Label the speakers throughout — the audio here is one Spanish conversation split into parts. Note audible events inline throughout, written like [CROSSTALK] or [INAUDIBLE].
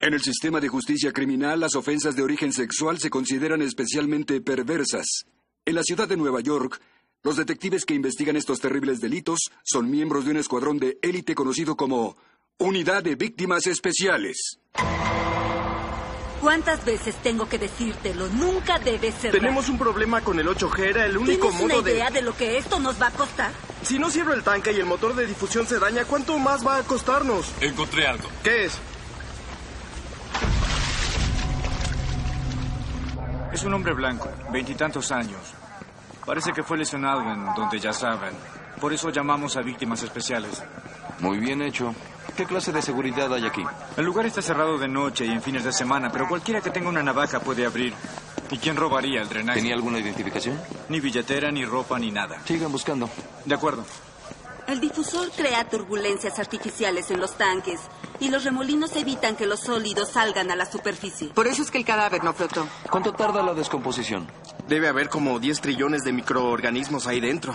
Speaker 1: En el sistema de justicia criminal, las ofensas de origen sexual se consideran especialmente perversas. En la ciudad de Nueva York, los detectives que investigan estos terribles delitos son miembros de un escuadrón de élite conocido como Unidad de Víctimas Especiales.
Speaker 2: ¿Cuántas veces tengo que decírtelo? Nunca debes cerrar.
Speaker 3: Tenemos un problema con el 8G, era el único
Speaker 2: ¿Tienes
Speaker 3: modo
Speaker 2: una idea
Speaker 3: de...
Speaker 2: de... lo que esto nos va a costar?
Speaker 3: Si no cierro el tanque y el motor de difusión se daña, ¿cuánto más va a costarnos?
Speaker 4: Encontré algo.
Speaker 3: ¿Qué es?
Speaker 5: Es un hombre blanco, veintitantos años. Parece que fue lesionado en donde ya saben. Por eso llamamos a víctimas especiales.
Speaker 6: Muy bien hecho. ¿Qué clase de seguridad hay aquí?
Speaker 5: El lugar está cerrado de noche y en fines de semana, pero cualquiera que tenga una navaja puede abrir. ¿Y quién robaría el drenaje?
Speaker 6: ¿Tenía alguna identificación?
Speaker 5: Ni billetera, ni ropa, ni nada.
Speaker 6: Sigan buscando.
Speaker 5: De acuerdo.
Speaker 2: El difusor crea turbulencias artificiales en los tanques y los remolinos evitan que los sólidos salgan a la superficie.
Speaker 7: Por eso es que el cadáver no flotó.
Speaker 6: ¿Cuánto tarda la descomposición?
Speaker 3: Debe haber como 10 trillones de microorganismos ahí dentro.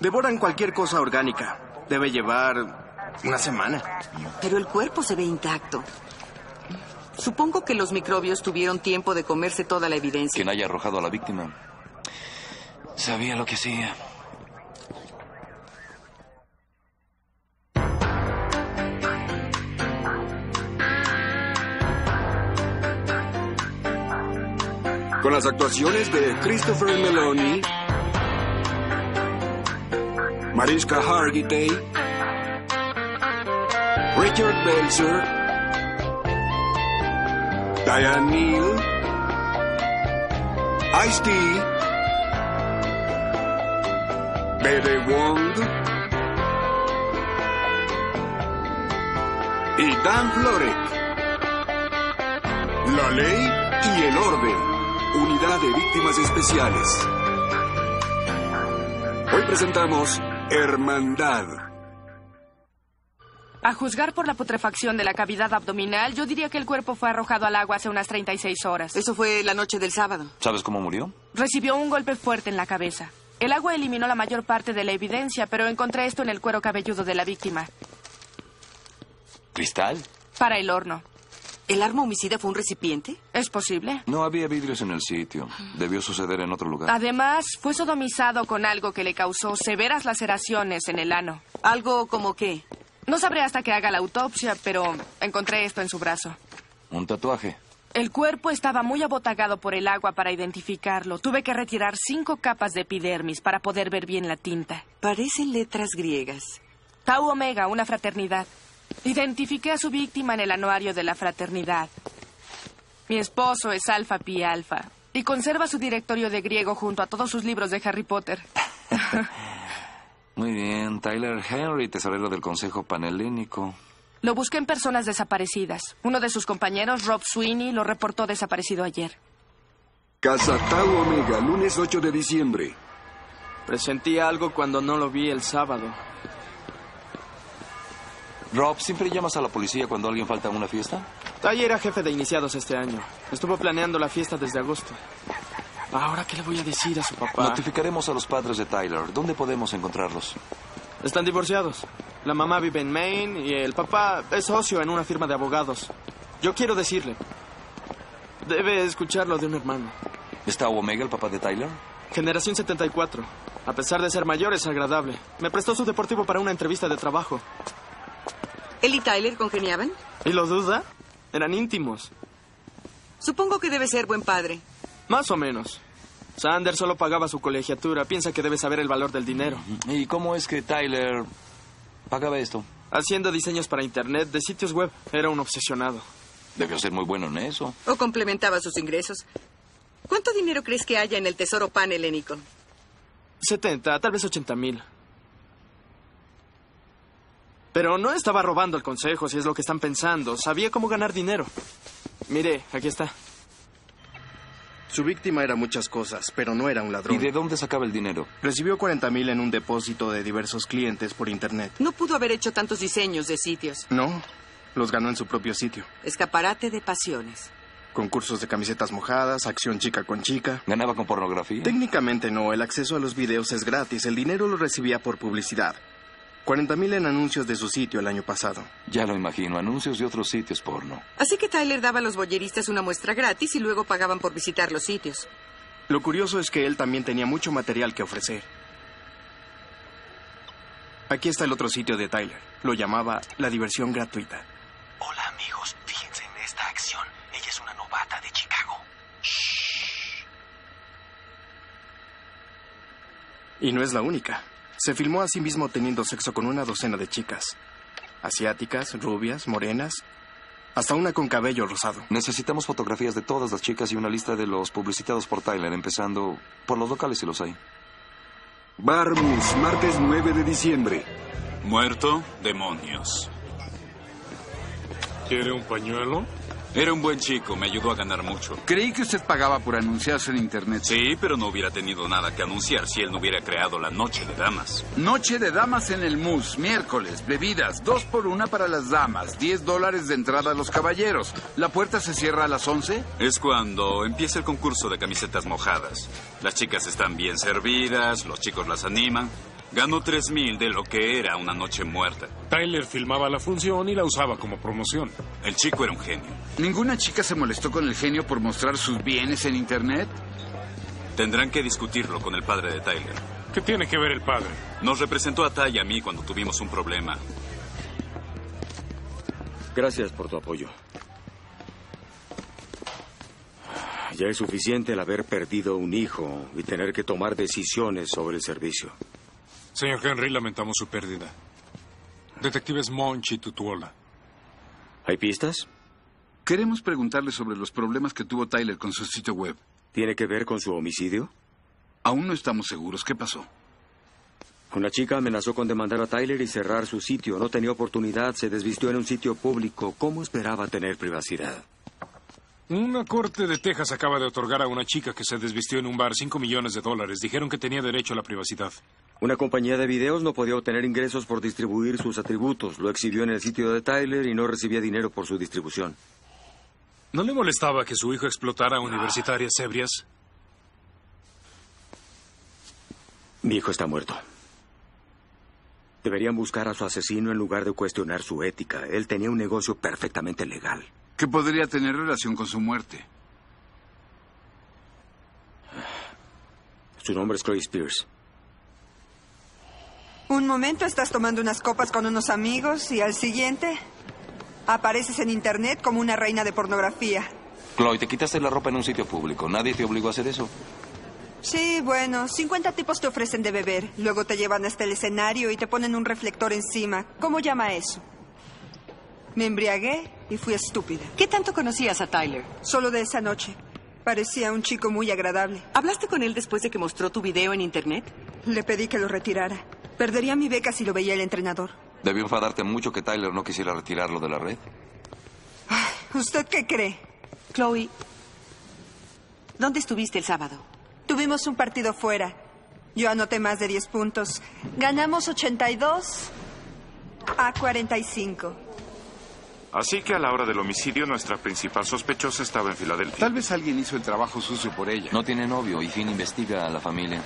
Speaker 3: Devoran cualquier cosa orgánica. Debe llevar una semana.
Speaker 7: Pero el cuerpo se ve intacto. Supongo que los microbios tuvieron tiempo de comerse toda la evidencia.
Speaker 6: Quien haya arrojado a la víctima. Sabía lo que hacía.
Speaker 1: Con las actuaciones de Christopher Meloni, Mariska Hargitay, Richard Belzer, Diane Neal, Ice-T, Bede Wong y Dan Florek. La ley y el orden. Unidad de Víctimas Especiales. Hoy presentamos Hermandad.
Speaker 8: A juzgar por la putrefacción de la cavidad abdominal, yo diría que el cuerpo fue arrojado al agua hace unas 36 horas.
Speaker 7: Eso fue la noche del sábado.
Speaker 6: ¿Sabes cómo murió?
Speaker 8: Recibió un golpe fuerte en la cabeza. El agua eliminó la mayor parte de la evidencia, pero encontré esto en el cuero cabelludo de la víctima,
Speaker 6: ¿Cristal?
Speaker 8: para el horno.
Speaker 7: ¿El arma homicida fue un recipiente?
Speaker 8: ¿Es posible?
Speaker 6: No había vidrios en el sitio. Debió suceder en otro
Speaker 7: Ah.
Speaker 6: lugar.
Speaker 8: Además, fue sodomizado con algo que le causó severas laceraciones en el ano.
Speaker 7: ¿Algo como qué?
Speaker 8: No sabré hasta que haga la autopsia, pero encontré esto en su brazo.
Speaker 6: Un tatuaje.
Speaker 8: El cuerpo estaba muy abotagado por el agua para identificarlo. Tuve que retirar cinco capas de epidermis para poder ver bien la tinta.
Speaker 7: Parecen letras griegas.
Speaker 8: Tau Omega, una fraternidad. Identifiqué a su víctima en el anuario de la fraternidad. Mi esposo es Alfa Pi Alfa y conserva su directorio de griego junto a todos sus libros de Harry Potter.
Speaker 6: Muy bien. Tyler Henry, tesorero del Consejo Panhelénico.
Speaker 8: Lo busqué en personas desaparecidas. Uno de sus compañeros, Rob Sweeney, lo reportó desaparecido ayer.
Speaker 1: Casa Tau Omega, lunes 8 de diciembre.
Speaker 3: Presentí algo cuando no lo vi el sábado.
Speaker 6: Rob, ¿siempre llamas a la policía cuando alguien falta a una fiesta?
Speaker 3: Taller era jefe de iniciados este año. Estuvo planeando la fiesta desde agosto. Ahora, ¿qué le voy a decir a su papá?
Speaker 6: Notificaremos a los padres de Tyler. ¿Dónde podemos encontrarlos?
Speaker 3: Están divorciados. La mamá vive en Maine y el papá es socio en una firma de abogados. Yo quiero decirle. Debe escucharlo de un hermano.
Speaker 6: ¿Está Omega, el papá de Tyler?
Speaker 3: Generación 74. A pesar de ser mayor, es agradable. Me prestó su deportivo para una entrevista de trabajo.
Speaker 7: ¿Él y Tyler congeniaban?
Speaker 3: ¿Y lo duda? Eran íntimos.
Speaker 7: Supongo que debe ser buen padre.
Speaker 3: Más o menos. Sanders solo pagaba su colegiatura. Piensa que debe saber el valor del dinero.
Speaker 6: ¿Y cómo es que Tyler pagaba esto?
Speaker 3: Haciendo diseños para internet de sitios web. Era un obsesionado.
Speaker 6: Debió ser muy bueno en eso.
Speaker 7: ¿O complementaba sus ingresos? ¿Cuánto dinero crees que haya en el tesoro panhelénico?
Speaker 3: 70, tal vez 80 mil. Pero no estaba robando el consejo, si es lo que están pensando. Sabía cómo ganar dinero. Mire, aquí está. Su víctima era muchas cosas, pero no era un
Speaker 6: ¿Y
Speaker 3: ladrón.
Speaker 6: de dónde sacaba el dinero?
Speaker 3: Recibió 40 mil en un depósito de diversos clientes por internet.
Speaker 7: No pudo haber hecho tantos diseños de sitios.
Speaker 3: No, los ganó en su propio sitio.
Speaker 7: Escaparate de pasiones.
Speaker 3: Concursos de camisetas mojadas, acción chica con chica.
Speaker 6: ¿Ganaba con pornografía?
Speaker 3: Técnicamente no, el acceso a los videos es gratis, el dinero lo recibía por publicidad.
Speaker 9: 40.000 en anuncios de su sitio el año pasado.
Speaker 6: Ya lo imagino, anuncios de otros sitios porno.
Speaker 7: Así que Tyler daba a los boyeristas una muestra gratis y luego pagaban por visitar los sitios.
Speaker 9: Lo curioso es que él también tenía mucho material que ofrecer. Aquí está el otro sitio de Tyler. Lo llamaba la diversión gratuita.
Speaker 4: Hola amigos, fíjense en esta acción. Ella es una novata de Chicago.
Speaker 9: Y no es la única. Se filmó a sí mismo teniendo sexo con una docena de chicas. Asiáticas, rubias, morenas, hasta una con cabello rosado.
Speaker 6: Necesitamos fotografías de todas las chicas y una lista de los publicitados por Tyler, empezando por los locales si los hay.
Speaker 1: Barmus, martes 9 de diciembre.
Speaker 10: Muerto, demonios.
Speaker 11: ¿Quiere un pañuelo?
Speaker 10: Era un buen chico, me ayudó a ganar mucho.
Speaker 12: Creí que usted pagaba por anunciarse en Internet.
Speaker 10: Sí, pero no hubiera tenido nada que anunciar si él no hubiera creado la Noche de Damas.
Speaker 12: Noche de damas en el MUS, miércoles, bebidas, dos por una para las damas, 10 dólares de entrada a los caballeros. ¿La puerta se cierra a las 11?
Speaker 10: Es cuando empieza el concurso de camisetas mojadas. Las chicas están bien servidas, los chicos las animan. Ganó 3.000 de lo que era una noche muerta.
Speaker 11: Tyler filmaba la función y la usaba como promoción.
Speaker 10: El chico era un genio.
Speaker 12: ¿Ninguna chica se molestó con el genio por mostrar sus bienes en Internet?
Speaker 10: Tendrán que discutirlo con el padre de Tyler.
Speaker 11: ¿Qué tiene que ver el padre?
Speaker 10: Nos representó a Ty y a mí cuando tuvimos un problema.
Speaker 5: Gracias por tu apoyo. Ya es suficiente el haber perdido un hijo y tener que tomar decisiones sobre el servicio.
Speaker 11: Señor Henry, lamentamos su pérdida. Detectives Monchi y Tutuola.
Speaker 5: ¿Hay pistas?
Speaker 12: Queremos preguntarle sobre los problemas que tuvo Tyler con su sitio web.
Speaker 5: ¿Tiene que ver con su homicidio?
Speaker 12: Aún no estamos seguros qué pasó.
Speaker 5: Una chica amenazó con demandar a Tyler y cerrar su sitio. No tenía oportunidad, se desvistió en un sitio público. ¿Cómo esperaba tener privacidad?
Speaker 11: Una corte de Texas acaba de otorgar a una chica que se desvistió en un bar 5 millones de dólares. Dijeron que tenía derecho a la privacidad.
Speaker 5: Una compañía de videos no podía obtener ingresos por distribuir sus atributos. Lo exhibió en el sitio de Tyler y no recibía dinero por su distribución.
Speaker 11: ¿No le molestaba que su hijo explotara a universitarias ebrias?
Speaker 5: Mi hijo está muerto. Deberían buscar a su asesino en lugar de cuestionar su ética. Él tenía un negocio perfectamente legal.
Speaker 12: Que podría tener relación con su muerte.
Speaker 5: Su nombre es Chloe Spears.
Speaker 13: Un momento estás tomando unas copas con unos amigos y al siguiente apareces en internet como una reina de pornografía.
Speaker 6: Chloe, te quitaste la ropa en un sitio público. Nadie te obligó a hacer eso.
Speaker 13: Sí, bueno, 50 tipos te ofrecen de beber, luego te llevan hasta el escenario y te ponen un reflector encima. ¿Cómo llama eso? Me embriagué y fui estúpida.
Speaker 7: ¿Qué tanto conocías a Tyler?
Speaker 13: Solo de esa noche. Parecía un chico muy agradable.
Speaker 7: ¿Hablaste con él después de que mostró tu video en internet?
Speaker 13: Le pedí que lo retirara. Perdería mi beca si lo veía el entrenador.
Speaker 6: Debió enfadarte mucho que Tyler no quisiera retirarlo de la red.
Speaker 13: ¿Usted qué cree?
Speaker 7: Chloe, ¿dónde estuviste el sábado?
Speaker 13: Tuvimos un partido fuera. Yo anoté más de 10 puntos. Ganamos 82 a 45.
Speaker 14: Así que a la hora del homicidio, nuestra principal sospechosa estaba en Filadelfia.
Speaker 12: Tal vez alguien hizo el trabajo sucio por ella.
Speaker 6: No tiene novio y Finn investiga a la familia.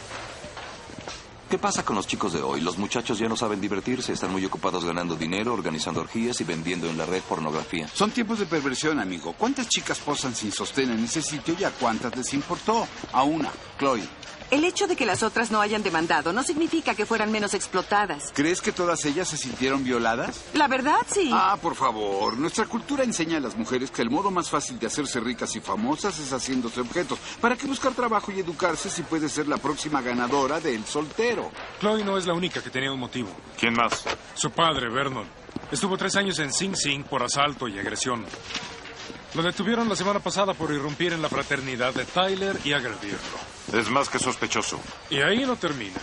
Speaker 6: ¿Qué pasa con los chicos de hoy? Los muchachos ya no saben divertirse, están muy ocupados ganando dinero, organizando orgías y vendiendo en la red pornografía.
Speaker 12: Son tiempos de perversión, amigo. ¿Cuántas chicas posan sin sostén en ese sitio y a cuántas les importó? A una, Chloe.
Speaker 7: El hecho de que las otras no hayan demandado no significa que fueran menos explotadas.
Speaker 12: ¿Crees que todas ellas se sintieron violadas?
Speaker 7: La verdad, sí.
Speaker 12: Ah, por favor. Nuestra cultura enseña a las mujeres que el modo más fácil de hacerse ricas y famosas es haciéndose objetos. ¿Para qué buscar trabajo y educarse si puede ser la próxima ganadora del soltero?
Speaker 11: Chloe no es la única que tenía un motivo.
Speaker 14: ¿Quién más?
Speaker 11: Su padre, Vernon. Estuvo tres años en Sing Sing por asalto y agresión. Lo detuvieron la semana pasada por irrumpir en la fraternidad de Tyler y agredirlo.
Speaker 14: Es más que sospechoso.
Speaker 11: Y ahí no termina.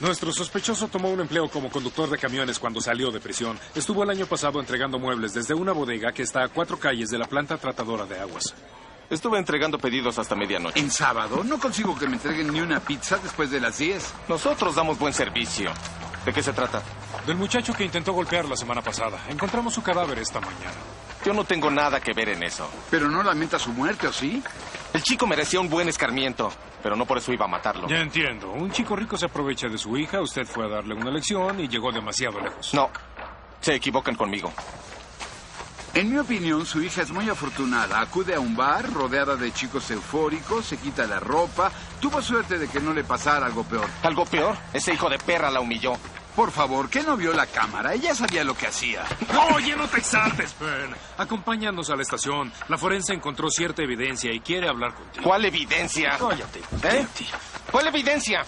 Speaker 11: Nuestro sospechoso tomó un empleo como conductor de camiones cuando salió de prisión. Estuvo el año pasado entregando muebles desde una bodega que está a cuatro calles de la planta tratadora de aguas.
Speaker 15: Estuve entregando pedidos Pues hasta medianoche.
Speaker 12: ¿En sábado? No consigo que me entreguen ni una pizza después de las 10.
Speaker 15: Nosotros damos buen servicio. ¿De qué se trata?
Speaker 11: Del muchacho que intentó golpear la semana pasada. Encontramos su cadáver esta mañana.
Speaker 16: Yo no tengo nada que ver en eso.
Speaker 12: Pero no lamenta su muerte, ¿o sí?
Speaker 16: El chico merecía un buen escarmiento, pero no por eso iba a matarlo.
Speaker 11: Ya entiendo. Un chico rico se aprovecha de su hija, usted fue a darle una lección y llegó demasiado lejos.
Speaker 16: No, se equivocan conmigo.
Speaker 12: En mi opinión, su hija es muy afortunada. Acude a un bar rodeada de chicos eufóricos, se quita la ropa. Tuvo suerte de que no le pasara algo peor.
Speaker 16: ¿Algo peor? Ese hijo de perra la humilló.
Speaker 12: Por favor, ¿qué no vio la cámara? Ella sabía lo que hacía.
Speaker 11: Oye, no te exaltes, Ben. Acompáñanos a la estación. La forense encontró cierta evidencia y quiere hablar contigo.
Speaker 16: ¿Cuál evidencia?
Speaker 11: Cállate.
Speaker 16: ¿Eh? ¿Cuál evidencia?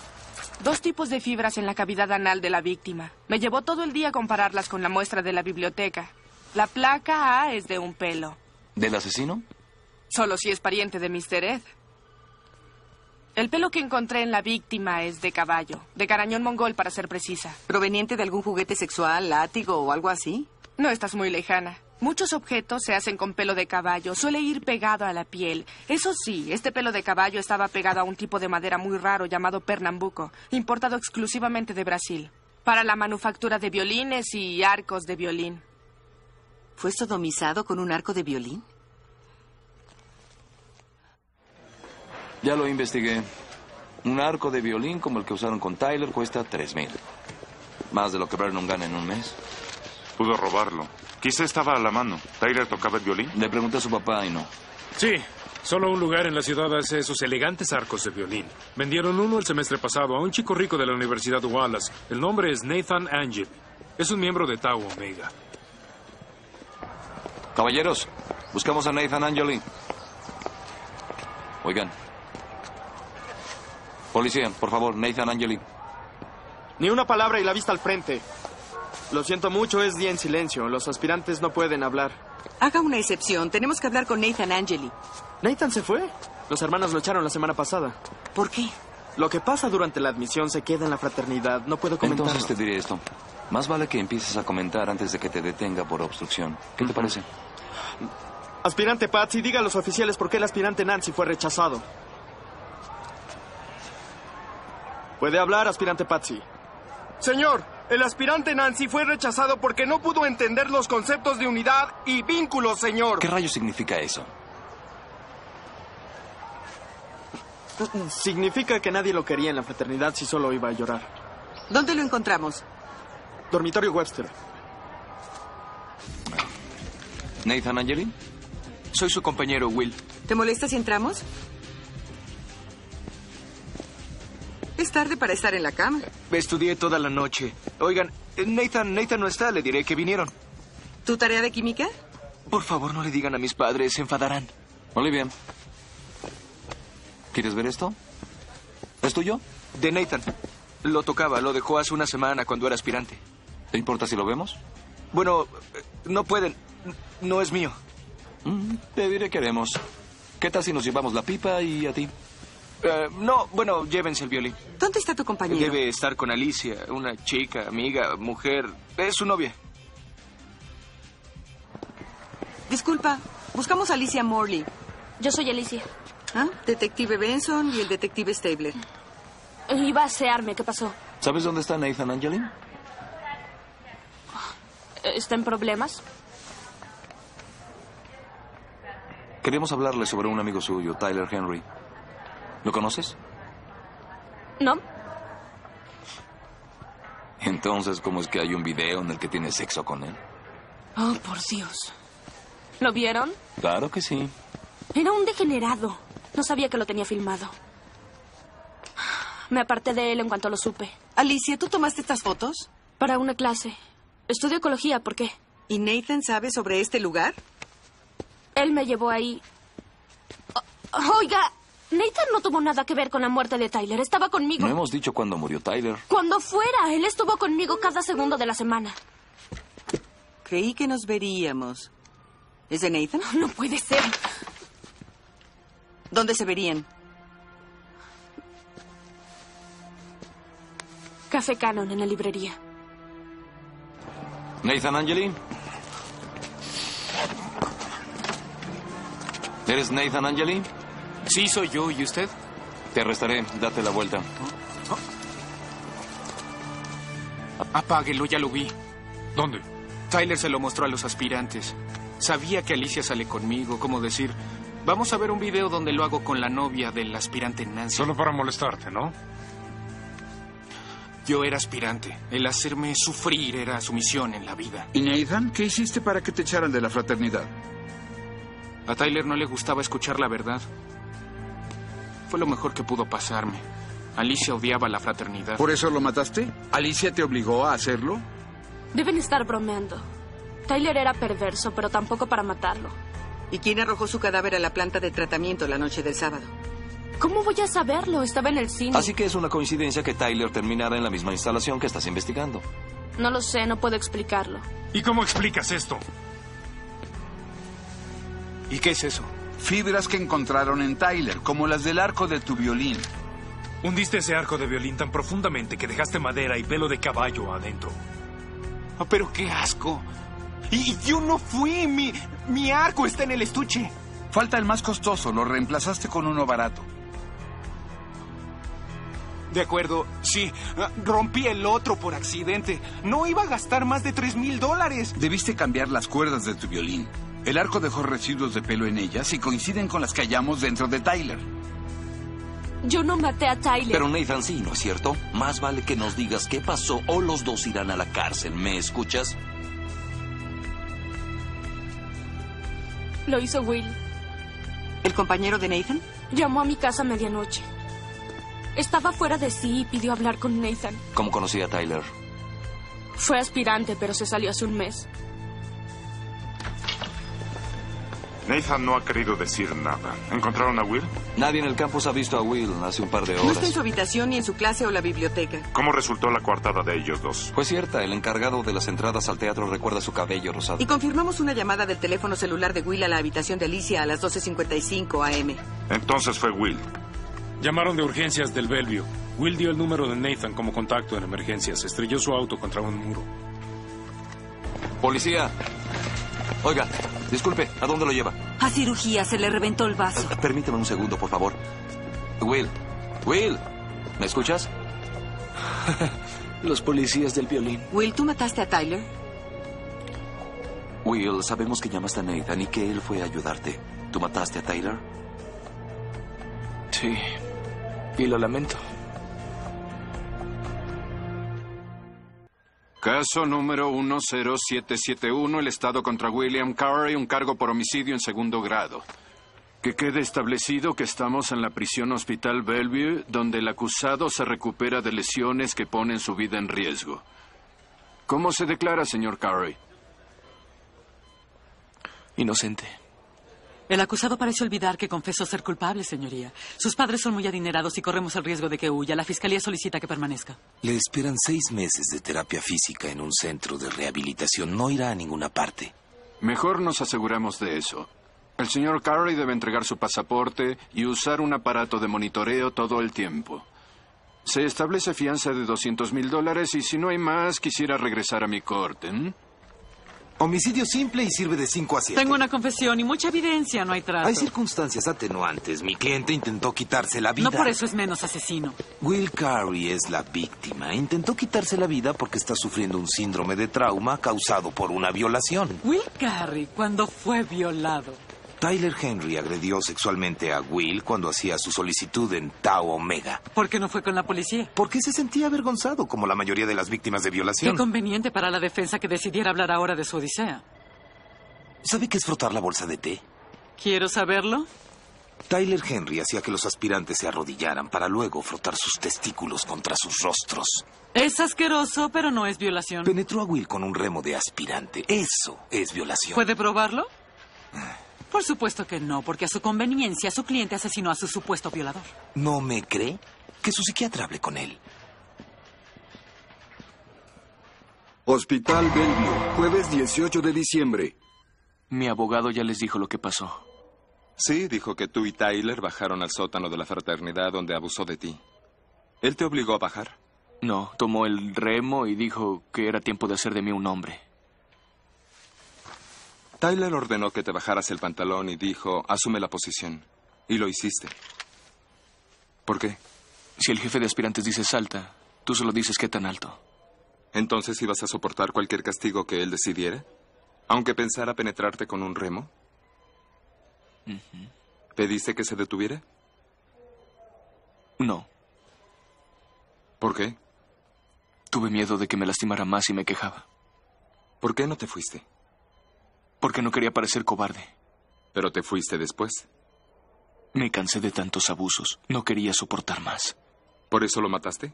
Speaker 8: Dos tipos de fibras en la cavidad anal de la víctima. Me llevó todo el día compararlas con la muestra de la biblioteca. La placa A es de un pelo,
Speaker 6: ¿Del asesino?
Speaker 8: solo si es pariente de Mr. Ed. El pelo que encontré en la víctima es de caballo, de carañón mongol para ser precisa.
Speaker 7: ¿Proveniente de algún juguete sexual, látigo o algo así?
Speaker 8: No estás muy lejana. Muchos objetos se hacen con pelo de caballo, suele ir pegado a la piel. Eso sí, este pelo de caballo estaba pegado a un tipo de madera muy raro llamado Pernambuco, importado exclusivamente de Brasil, para la manufactura de violines y arcos de violín.
Speaker 7: ¿Fue sodomizado con un arco de violín?
Speaker 6: Ya lo investigué. Un arco de violín como el que usaron con Tyler cuesta 3.000. Más de lo que Vernon gana en un mes.
Speaker 17: Pudo robarlo. Quizá estaba a la mano. ¿Tyler tocaba el violín?
Speaker 6: Le pregunté a su papá y no.
Speaker 11: Sí, solo un lugar en la ciudad hace esos elegantes arcos de violín. Vendieron uno el semestre pasado a un chico rico de la Universidad Wallace. El nombre es Nathan Angel. Es un miembro de Tau Omega.
Speaker 6: Caballeros, buscamos a Nathan Angeli. Oigan. Policía, por favor, Nathan Angeli.
Speaker 3: Ni una palabra y la vista al frente. Lo siento mucho, es día en silencio. Los aspirantes no pueden hablar.
Speaker 7: Haga una excepción. Tenemos que hablar con Nathan Angeli.
Speaker 3: ¿Nathan se fue? Los hermanos lo echaron la semana pasada.
Speaker 7: ¿Por qué?
Speaker 3: Lo que pasa durante la admisión se queda en la fraternidad. No puedo comentarlo.
Speaker 6: Entonces te diré esto. Más vale que empieces a comentar antes de que te detenga por obstrucción. ¿Qué te parece?
Speaker 3: Aspirante Patsy, diga a los oficiales por qué el aspirante Nancy fue rechazado. Puede hablar, aspirante Patsy.
Speaker 9: Señor, el aspirante Nancy fue rechazado porque no pudo entender los conceptos de unidad y vínculo, señor.
Speaker 6: ¿Qué rayos significa eso?
Speaker 3: Significa que nadie lo quería en la fraternidad si solo iba a llorar.
Speaker 7: ¿Dónde lo encontramos?
Speaker 3: Dormitorio Webster.
Speaker 6: Nathan Angeli.
Speaker 18: Soy su compañero, Will.
Speaker 7: ¿Te molesta si entramos? Es tarde para estar en la cama.
Speaker 18: Estudié toda la noche. Oigan, eh, Nathan, Nathan no está, le diré que vinieron.
Speaker 7: ¿Tu tarea de química?
Speaker 18: Por favor, no le digan a mis padres, se enfadarán.
Speaker 6: Olivia. ¿Quieres ver esto? ¿Es tuyo?
Speaker 18: De Nathan. Lo tocaba, lo dejó hace una semana cuando era aspirante.
Speaker 6: ¿Te importa si lo vemos?
Speaker 18: Bueno, eh, no pueden. No es mío.
Speaker 6: Mm, te diré que haremos. ¿Qué tal si nos llevamos la pipa y a ti?
Speaker 18: Eh, no, bueno, llévense el violín.
Speaker 7: ¿Dónde está tu compañero?
Speaker 18: Debe estar con Alicia, una chica, amiga, mujer. Es su novia.
Speaker 7: Disculpa, buscamos a Alicia Morley.
Speaker 19: Yo soy Alicia.
Speaker 7: ¿Ah? Detective Benson y el detective Stabler.
Speaker 19: Iba a asearme, ¿qué pasó?
Speaker 6: ¿Sabes dónde está Nathan Angeli?
Speaker 19: ¿Está en problemas?
Speaker 6: Queremos hablarle sobre un amigo suyo, Tyler Henry. ¿Lo conoces?
Speaker 19: No,
Speaker 6: Entonces, ¿cómo es que hay un video en el que tiene sexo con él?
Speaker 19: Oh, por Dios. ¿Lo vieron?
Speaker 6: Claro que sí.
Speaker 19: Era un degenerado. No sabía que lo tenía filmado. Me aparté de él en cuanto lo supe.
Speaker 7: Alicia, ¿tú tomaste estas fotos?
Speaker 19: Para una clase. Estudio ecología, ¿por qué?
Speaker 7: ¿Y Nathan sabe sobre este lugar?
Speaker 19: Él me llevó ahí. O- Oiga, Nathan no tuvo nada que ver con la muerte de Tyler. Estaba conmigo.
Speaker 6: No hemos dicho cuándo murió Tyler.
Speaker 19: Cuando fuera, él estuvo conmigo cada segundo de la semana.
Speaker 7: Creí que nos veríamos. ¿Es de Nathan?
Speaker 19: [LAUGHS] No puede ser.
Speaker 7: ¿Dónde se verían?
Speaker 19: Café Canon en la librería.
Speaker 6: Nathan Angeli. ¿Eres Nathan Angeli?
Speaker 18: Sí, soy yo. ¿Y usted?
Speaker 6: Te arrestaré. Date la vuelta.
Speaker 18: Apáguelo, ya lo vi.
Speaker 11: ¿Dónde?
Speaker 18: Tyler se lo mostró a los aspirantes.
Speaker 20: Sabía que Alicia sale conmigo, como decir, vamos a ver un video donde lo hago con la novia del aspirante Nancy.
Speaker 11: Solo para molestarte, ¿no?
Speaker 20: Yo era aspirante. El hacerme sufrir era su misión en la vida.
Speaker 12: ¿Y Nathan? ¿Qué hiciste para que te echaran de la fraternidad?
Speaker 20: A Tyler no le gustaba escuchar la verdad. Fue lo mejor que pudo pasarme. Alicia odiaba la fraternidad.
Speaker 12: ¿Por eso lo mataste? ¿Alicia te obligó a hacerlo?
Speaker 19: Deben estar bromeando. Tyler era perverso, pero tampoco para matarlo.
Speaker 7: ¿Y quién arrojó su cadáver a la planta de tratamiento la noche del sábado?
Speaker 19: ¿Cómo voy a saberlo? Estaba en el cine.
Speaker 6: Así que es una coincidencia que Tyler terminara en la misma instalación que estás investigando.
Speaker 19: No lo sé, no puedo explicarlo.
Speaker 11: ¿Y cómo explicas esto?
Speaker 12: ¿Y qué es eso? Fibras que encontraron en Tyler, como las del arco de tu violín.
Speaker 21: Hundiste ese arco de violín tan profundamente que dejaste madera y pelo de caballo adentro.
Speaker 20: Ah, pero qué asco. Y yo no fui. Mi, mi arco está en el estuche.
Speaker 12: Falta el más costoso, lo reemplazaste con uno barato.
Speaker 20: De acuerdo, sí. Ah, Rompí el otro por accidente. No iba a gastar más de tres mil dólares.
Speaker 12: Debiste cambiar las cuerdas de tu violín. El arco dejó residuos de pelo en ellas y coinciden con las que hallamos dentro de Tyler.
Speaker 19: Yo no maté a Tyler.
Speaker 6: Pero Nathan sí, ¿no es cierto? Más vale que nos digas qué pasó o los dos irán a la cárcel. ¿Me escuchas?
Speaker 19: Lo hizo Will.
Speaker 7: ¿El compañero de Nathan?
Speaker 19: Llamó a mi casa a medianoche. Estaba fuera de sí y pidió hablar con Nathan.
Speaker 6: ¿Cómo conocí a Tyler?
Speaker 19: Fue aspirante, pero se salió hace un mes.
Speaker 17: Nathan no ha querido decir nada. ¿Encontraron a Will?
Speaker 6: Nadie en el campus ha visto a Will hace un par de
Speaker 7: No está en
Speaker 6: horas.
Speaker 7: su habitación ni en su clase o la biblioteca.
Speaker 17: ¿Cómo resultó la coartada de ellos dos?
Speaker 6: Fue cierta, el encargado de las entradas al teatro recuerda su cabello rosado.
Speaker 7: Y confirmamos una llamada del teléfono celular de Will a la habitación de Alicia a las 12.55 am.
Speaker 17: Entonces fue Will.
Speaker 11: Llamaron de urgencias del Bellevue. Will dio el número de Nathan como contacto en emergencias. Estrelló su auto contra un muro.
Speaker 6: Policía. Oiga, disculpe, ¿a dónde lo lleva?
Speaker 2: A cirugía se le reventó el vaso.
Speaker 6: Permíteme un segundo, por favor. Will. Will. ¿Me escuchas?
Speaker 22: [LAUGHS] Los policías del violín.
Speaker 7: Will, ¿tú mataste a Tyler?
Speaker 6: Will, sabemos que llamaste a Nathan y que él fue a ayudarte. ¿Tú mataste a Tyler?
Speaker 22: Sí. Y lo lamento.
Speaker 23: Caso número 10771, el Estado contra William Carey, un cargo por homicidio en segundo grado. Que quede establecido que estamos en la prisión hospital Bellevue, donde el acusado se recupera de lesiones que ponen su vida en riesgo. ¿Cómo se declara, señor Carey?
Speaker 22: Inocente.
Speaker 24: El acusado parece olvidar que confesó ser culpable, señoría. Sus padres son muy adinerados y corremos el riesgo de que huya. La fiscalía solicita que permanezca.
Speaker 14: Le esperan seis meses de terapia física en un centro de rehabilitación. No irá a ninguna parte.
Speaker 23: Mejor nos aseguramos de eso. El señor Carey debe entregar su pasaporte y usar un aparato de monitoreo todo el tiempo. Se establece fianza de 200 mil dólares y si no hay más, quisiera regresar a mi corte. ¿m?
Speaker 14: Homicidio simple y sirve de 5 a 7.
Speaker 24: Tengo una confesión y mucha evidencia, no hay trato.
Speaker 14: Hay circunstancias atenuantes. Mi cliente intentó quitarse la vida.
Speaker 24: No por eso es menos asesino.
Speaker 14: Will Carey es la víctima. Intentó quitarse la vida porque está sufriendo un síndrome de trauma causado por una violación.
Speaker 24: Will Carey, cuando fue violado.
Speaker 14: Tyler Henry agredió sexualmente a Will cuando hacía su solicitud en Tau Omega.
Speaker 24: ¿Por qué no fue con la policía?
Speaker 14: Porque se sentía avergonzado como la mayoría de las víctimas de
Speaker 24: Qué
Speaker 14: violación.
Speaker 24: conveniente para la defensa que decidiera hablar ahora de su odisea.
Speaker 14: ¿Sabe qué es frotar la bolsa de té?
Speaker 24: ¿Quiero saberlo?
Speaker 14: Tyler Henry hacía que los aspirantes se arrodillaran para luego frotar sus testículos contra sus rostros.
Speaker 24: Es asqueroso, pero no es violación.
Speaker 14: Penetró a Will con un remo de aspirante. Eso es violación.
Speaker 24: ¿Puede probarlo?
Speaker 14: Ah.
Speaker 24: Por supuesto que no, porque a su conveniencia su cliente asesinó a su supuesto violador.
Speaker 14: ¿No me cree? Que su psiquiatra hable con él.
Speaker 1: Hospital Bellevue, jueves 18 de diciembre.
Speaker 22: Mi abogado ya les dijo lo que pasó.
Speaker 25: Sí, dijo que tú y Tyler bajaron al sótano de la fraternidad donde abusó de ti. Él te obligó a bajar.
Speaker 22: No, tomó el remo y dijo que era tiempo de hacer de mí un hombre.
Speaker 25: Tyler ordenó que te bajaras el pantalón y dijo, asume la posición. Y lo hiciste. ¿Por qué?
Speaker 22: Si el jefe de aspirantes dice salta, tú solo dices qué tan alto.
Speaker 25: ¿Entonces ibas a soportar cualquier castigo que él decidiera? Aunque pensara penetrarte con un remo, ¿pediste que se detuviera?
Speaker 22: No.
Speaker 25: ¿Por qué?
Speaker 22: Tuve miedo de que me lastimara más y me quejaba.
Speaker 25: ¿Por qué no te fuiste?
Speaker 22: Porque no quería parecer cobarde.
Speaker 25: Pero te fuiste después.
Speaker 22: Me cansé de tantos abusos. No quería soportar más.
Speaker 25: ¿Por eso lo mataste?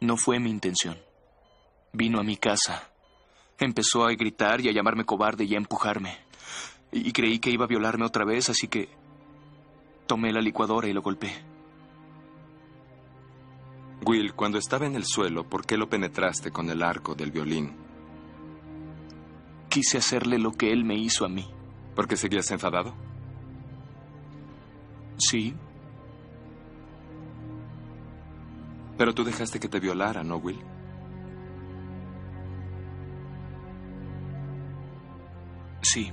Speaker 22: No fue mi intención. Vino a mi casa. Empezó a gritar y a llamarme cobarde y a empujarme. Y creí que iba a violarme otra vez, así que tomé la licuadora y lo golpeé.
Speaker 25: Will, cuando estaba en el suelo, ¿por qué lo penetraste con el arco del violín?
Speaker 22: Quise hacerle lo que él me hizo a mí.
Speaker 25: ¿Porque seguías enfadado?
Speaker 22: Sí,
Speaker 25: Pero tú dejaste que te violara, ¿no, Will?
Speaker 22: sí.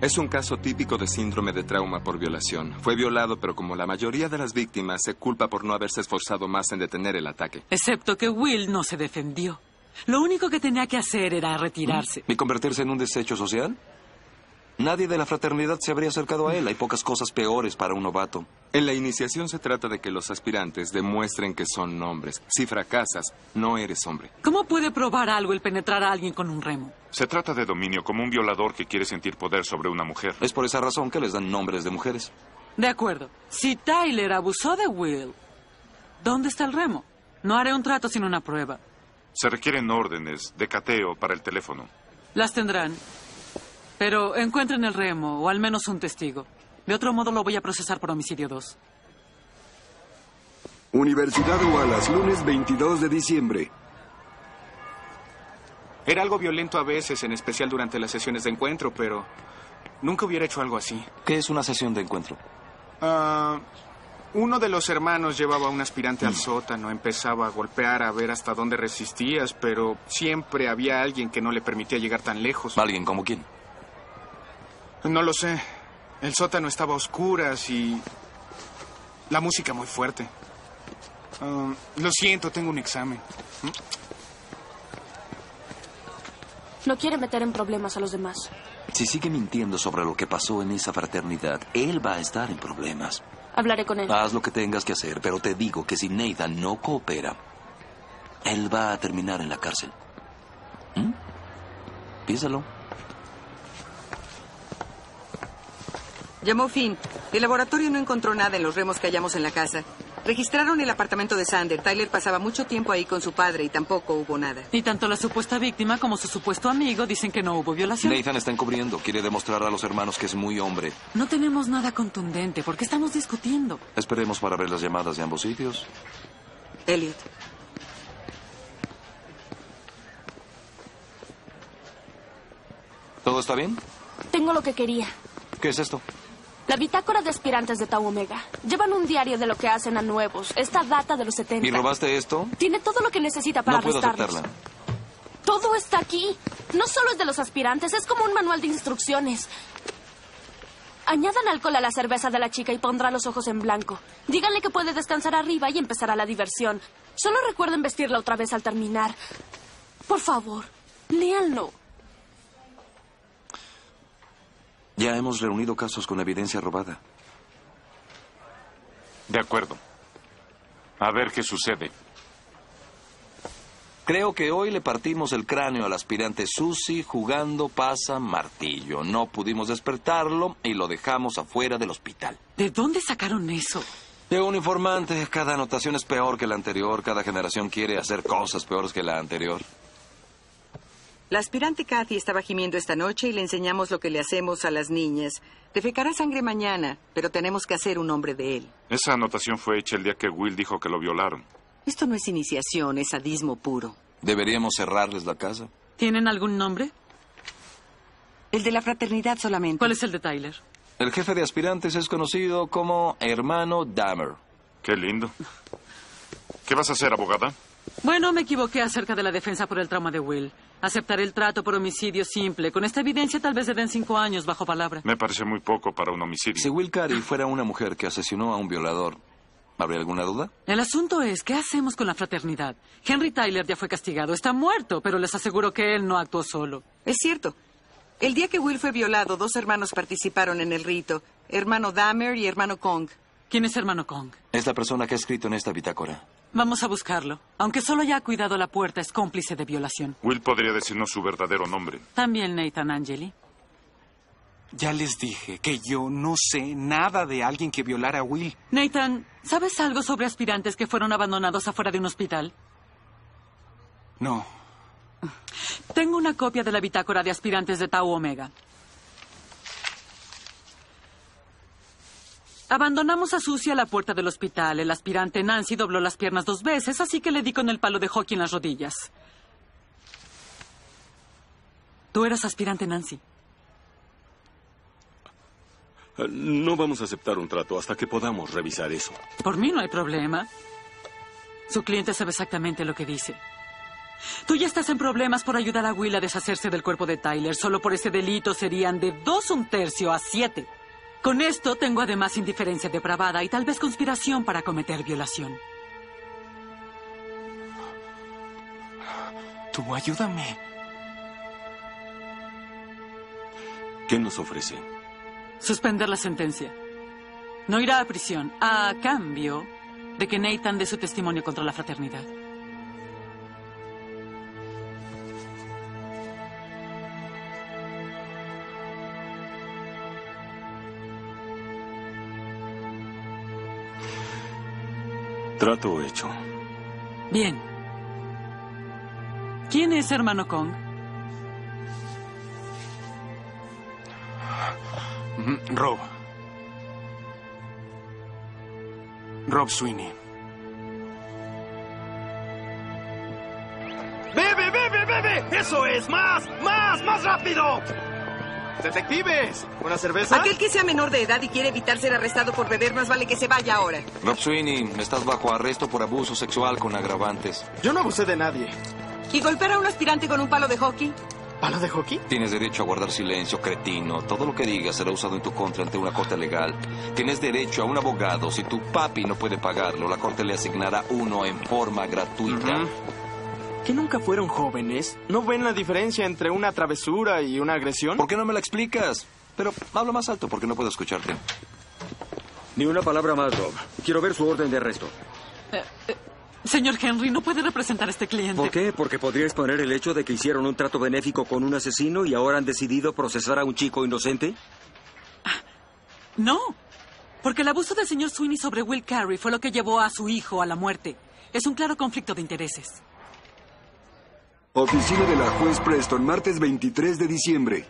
Speaker 25: Es un caso típico de síndrome de trauma por violación. Fue violado, pero como la mayoría de las víctimas, se culpa por no haberse esforzado más en detener el ataque.
Speaker 24: Excepto que Will no se defendió. Lo único que tenía que hacer era retirarse.
Speaker 6: ¿Y convertirse en un desecho social? Nadie de la fraternidad se habría acercado a él. Hay pocas cosas peores para un novato.
Speaker 25: En la iniciación se trata de que los aspirantes demuestren que son hombres. Si fracasas, no eres hombre.
Speaker 24: ¿Cómo puede probar algo el penetrar a alguien con un remo?
Speaker 17: Se trata de dominio como un violador que quiere sentir poder sobre una mujer.
Speaker 6: Es por esa razón que les dan nombres de mujeres.
Speaker 24: De acuerdo. Si Tyler abusó de Will, ¿dónde está el remo? No haré un trato sin una prueba.
Speaker 17: Se requieren órdenes de cateo para el teléfono.
Speaker 24: Las tendrán. Pero encuentren el remo, o al menos un testigo. De otro modo lo voy a procesar por homicidio 2.
Speaker 1: Universidad Wallace, lunes 22 de diciembre.
Speaker 20: Era algo violento a veces, en especial durante las sesiones de encuentro, pero nunca hubiera hecho algo así.
Speaker 6: ¿Qué es una sesión de encuentro?
Speaker 20: Ah, uno de los hermanos llevaba a un aspirante
Speaker 6: Mm.
Speaker 20: al sótano, empezaba a golpear a ver hasta dónde resistías, pero siempre había alguien que no le permitía llegar tan lejos.
Speaker 6: ¿Alguien como quién?
Speaker 20: No lo sé. El sótano estaba a oscuras y la música muy fuerte. Ah, lo siento, tengo un examen. ¿Mm?
Speaker 19: No quiere meter en problemas a los demás.
Speaker 6: Si sigue mintiendo sobre lo que pasó en esa fraternidad, él va a estar en problemas.
Speaker 19: Hablaré con él.
Speaker 6: Haz lo que tengas que hacer, pero te digo que si Neida no coopera, él va a terminar en la cárcel. ¿Mm? Piénsalo.
Speaker 7: Llamó Finn. El laboratorio no encontró nada en los remos que hallamos en la casa. Registraron el apartamento de Sander. Tyler pasaba mucho tiempo ahí con su padre y tampoco hubo nada.
Speaker 24: Y tanto la supuesta víctima como su supuesto amigo dicen que no hubo violación.
Speaker 6: Nathan está encubriendo. Quiere demostrar a los hermanos que es muy hombre.
Speaker 24: No tenemos nada contundente. ¿Por qué estamos discutiendo?
Speaker 6: Esperemos para ver las llamadas de ambos sitios.
Speaker 7: Elliot.
Speaker 6: ¿Todo está bien?
Speaker 19: Tengo lo que quería.
Speaker 6: ¿Qué es esto?
Speaker 19: La bitácora de aspirantes de Tau Omega. Llevan un diario de lo que hacen a nuevos. Esta data de los 70.
Speaker 6: ¿Y robaste esto?
Speaker 19: Tiene todo lo que necesita para
Speaker 6: no puedo
Speaker 19: arrestarlos.
Speaker 6: aceptarla.
Speaker 19: Todo está aquí. No solo es de los aspirantes, es como un manual de instrucciones. Añadan alcohol a la cerveza de la chica y pondrá los ojos en blanco. Díganle que puede descansar arriba y empezará la diversión. Solo recuerden vestirla otra vez al terminar. Por favor, léanlo.
Speaker 6: Ya hemos reunido casos con evidencia robada.
Speaker 17: De acuerdo. A ver qué sucede.
Speaker 6: Creo que hoy le partimos el cráneo al aspirante Susi jugando pasa martillo. No pudimos despertarlo y lo dejamos afuera del hospital.
Speaker 24: ¿De dónde sacaron eso?
Speaker 6: De un informante, cada anotación es peor que la anterior. Cada generación quiere hacer cosas peores que la anterior.
Speaker 7: La aspirante Kathy estaba gimiendo esta noche y le enseñamos lo que le hacemos a las niñas. Defecará sangre mañana, pero tenemos que hacer un hombre de él.
Speaker 17: Esa anotación fue hecha el día que Will dijo que lo violaron.
Speaker 7: Esto no es iniciación, es sadismo puro.
Speaker 6: Deberíamos cerrarles la casa.
Speaker 24: ¿Tienen algún nombre?
Speaker 7: El de la fraternidad solamente.
Speaker 24: ¿Cuál es el de Tyler?
Speaker 6: El jefe de aspirantes es conocido como hermano Dahmer.
Speaker 17: Qué lindo. ¿Qué vas a hacer, abogada?
Speaker 24: Bueno, me equivoqué acerca de la defensa por el trauma de Will. Aceptaré el trato por homicidio simple. Con esta evidencia tal vez le den cinco años bajo palabra.
Speaker 17: Me parece muy poco para un homicidio.
Speaker 6: Si Will Carey fuera una mujer que asesinó a un violador, ¿Habría alguna duda?
Speaker 24: El asunto es, ¿qué hacemos con la fraternidad? Henry Tyler ya fue castigado, está muerto, pero les aseguro que él no actuó solo.
Speaker 7: Es cierto. El día que Will fue violado, dos hermanos participaron en el rito, hermano Dahmer y hermano Kong.
Speaker 24: ¿Quién es hermano Kong?
Speaker 6: Es la persona que ha escrito en esta bitácora.
Speaker 24: Vamos a buscarlo. Aunque solo haya cuidado la puerta, es cómplice de violación.
Speaker 11: Will podría decirnos su verdadero nombre.
Speaker 24: También Nathan Angeli.
Speaker 20: Ya les dije que yo no sé nada de alguien que violara a Will.
Speaker 24: Nathan, ¿sabes algo sobre aspirantes que fueron abandonados afuera de un hospital?
Speaker 20: No.
Speaker 24: Tengo una copia de la bitácora de aspirantes de Tau Omega. Abandonamos a Susie a la puerta del hospital. El aspirante Nancy dobló las piernas dos veces, así que le di con el palo de hockey en las rodillas. Tú eras aspirante Nancy.
Speaker 25: Eh, No vamos a aceptar un trato hasta que podamos revisar eso.
Speaker 24: Por mí no hay problema. Su cliente sabe exactamente lo que dice. Tú ya estás en problemas por ayudar a Will a deshacerse del cuerpo de Tyler. Solo por ese delito serían de dos un tercio a siete. Con esto tengo además indiferencia depravada y tal vez conspiración para cometer violación.
Speaker 20: Tú ayúdame.
Speaker 25: ¿Qué nos ofrece?
Speaker 24: Suspender la sentencia. No irá a prisión a cambio de que Nathan dé su testimonio contra la fraternidad.
Speaker 25: Trato hecho.
Speaker 24: Bien. ¿Quién es hermano Kong?
Speaker 20: Mm, Rob. Rob Sweeney.
Speaker 3: ¡Bebe, bebe, bebe! ¡Eso es! ¡Más! ¡Más! ¡Más rápido!
Speaker 26: ¡Detectives!
Speaker 3: ¿Una cerveza?
Speaker 7: Aquel que sea menor de edad y quiere evitar ser arrestado por beber, más vale que se vaya ahora.
Speaker 6: Rob Sweeney, estás bajo arresto por abuso sexual con agravantes.
Speaker 3: Yo no abusé de nadie.
Speaker 7: ¿Y golpear a un aspirante con un palo de hockey?
Speaker 3: ¿Palo de hockey?
Speaker 6: Tienes derecho a guardar silencio, cretino. Todo lo que digas será usado en tu contra ante una corte legal. Tienes derecho a un abogado. Si tu papi no puede pagarlo, la corte le asignará uno en forma gratuita.
Speaker 3: ¿Que nunca fueron jóvenes? ¿No ven la diferencia entre una travesura y una agresión? ¿Por
Speaker 6: qué no me la explicas? Pero habla más alto porque no puedo escucharte.
Speaker 5: Ni una palabra más, Rob. Quiero ver su orden de arresto.
Speaker 24: Eh, Señor Henry, no puede representar a este cliente.
Speaker 5: ¿Por qué? Porque podría exponer el hecho de que hicieron un trato benéfico con un asesino y ahora han decidido procesar a un chico inocente.
Speaker 24: No, porque el abuso del señor Sweeney sobre Will Carey fue lo que llevó a su hijo a la muerte. Es un claro conflicto de intereses.
Speaker 27: Oficina de la juez Preston, martes 23 de diciembre.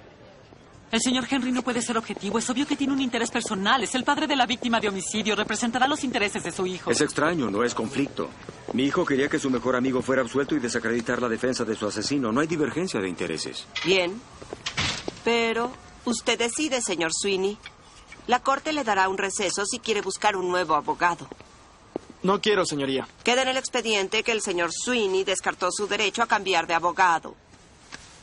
Speaker 24: El señor Henry no puede ser objetivo. Es obvio que tiene un interés personal. Es el padre de la víctima de homicidio. Representará los intereses de su hijo.
Speaker 5: Es extraño, no es conflicto. Mi hijo quería que su mejor amigo fuera absuelto y desacreditar la defensa de su asesino. No hay divergencia de intereses.
Speaker 28: Bien. Pero usted decide, señor Sweeney. La corte le dará un receso si quiere buscar un nuevo abogado.
Speaker 3: No quiero, señoría.
Speaker 28: Queda en el expediente que el señor Sweeney descartó su derecho a cambiar de abogado.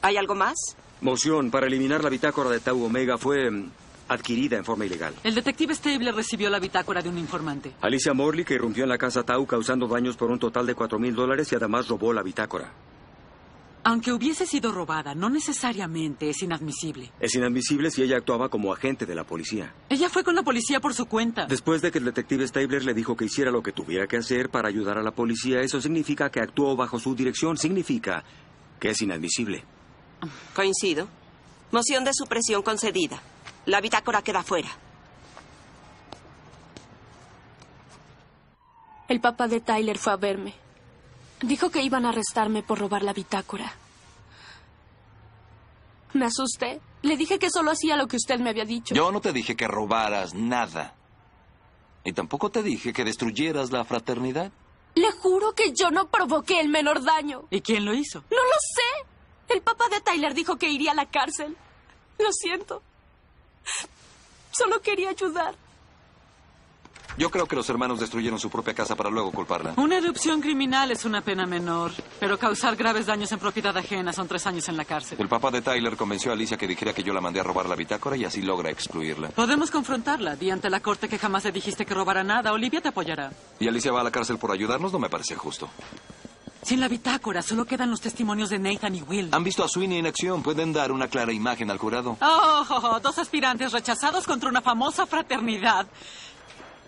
Speaker 28: ¿Hay algo más?
Speaker 5: Moción para eliminar la bitácora de Tau Omega fue mm, adquirida en forma ilegal.
Speaker 24: El detective Stable recibió la bitácora de un informante.
Speaker 5: Alicia Morley, que irrumpió en la casa Tau causando daños por un total de cuatro mil dólares y además robó la bitácora.
Speaker 24: Aunque hubiese sido robada, no necesariamente es inadmisible.
Speaker 5: Es inadmisible si ella actuaba como agente de la policía.
Speaker 24: Ella fue con la policía por su cuenta.
Speaker 5: Después de que el detective Stabler le dijo que hiciera lo que tuviera que hacer para ayudar a la policía, eso significa que actuó bajo su dirección, significa que es inadmisible.
Speaker 28: Coincido. Moción de supresión concedida. La bitácora queda fuera.
Speaker 19: El papá de Tyler fue a verme. Dijo que iban a arrestarme por robar la bitácora. Me asusté. Le dije que solo hacía lo que usted me había dicho.
Speaker 6: Yo no te dije que robaras nada. Y tampoco te dije que destruyeras la fraternidad.
Speaker 19: Le juro que yo no provoqué el menor daño.
Speaker 24: ¿Y quién lo hizo?
Speaker 19: No lo sé. El papá de Tyler dijo que iría a la cárcel. Lo siento. Solo quería ayudar.
Speaker 6: Yo creo que los hermanos destruyeron su propia casa para luego culparla.
Speaker 24: Una erupción criminal es una pena menor, pero causar graves daños en propiedad ajena son tres años en la cárcel.
Speaker 6: El papá de Tyler convenció a Alicia que dijera que yo la mandé a robar la bitácora y así logra excluirla.
Speaker 24: Podemos confrontarla. Di ante la corte que jamás le dijiste que robara nada. Olivia te apoyará.
Speaker 6: ¿Y Alicia va a la cárcel por ayudarnos? No me parece justo.
Speaker 24: Sin la bitácora, solo quedan los testimonios de Nathan y Will.
Speaker 6: Han visto a Sweeney en acción. Pueden dar una clara imagen al jurado.
Speaker 24: Oh, oh, oh, dos aspirantes rechazados contra una famosa fraternidad.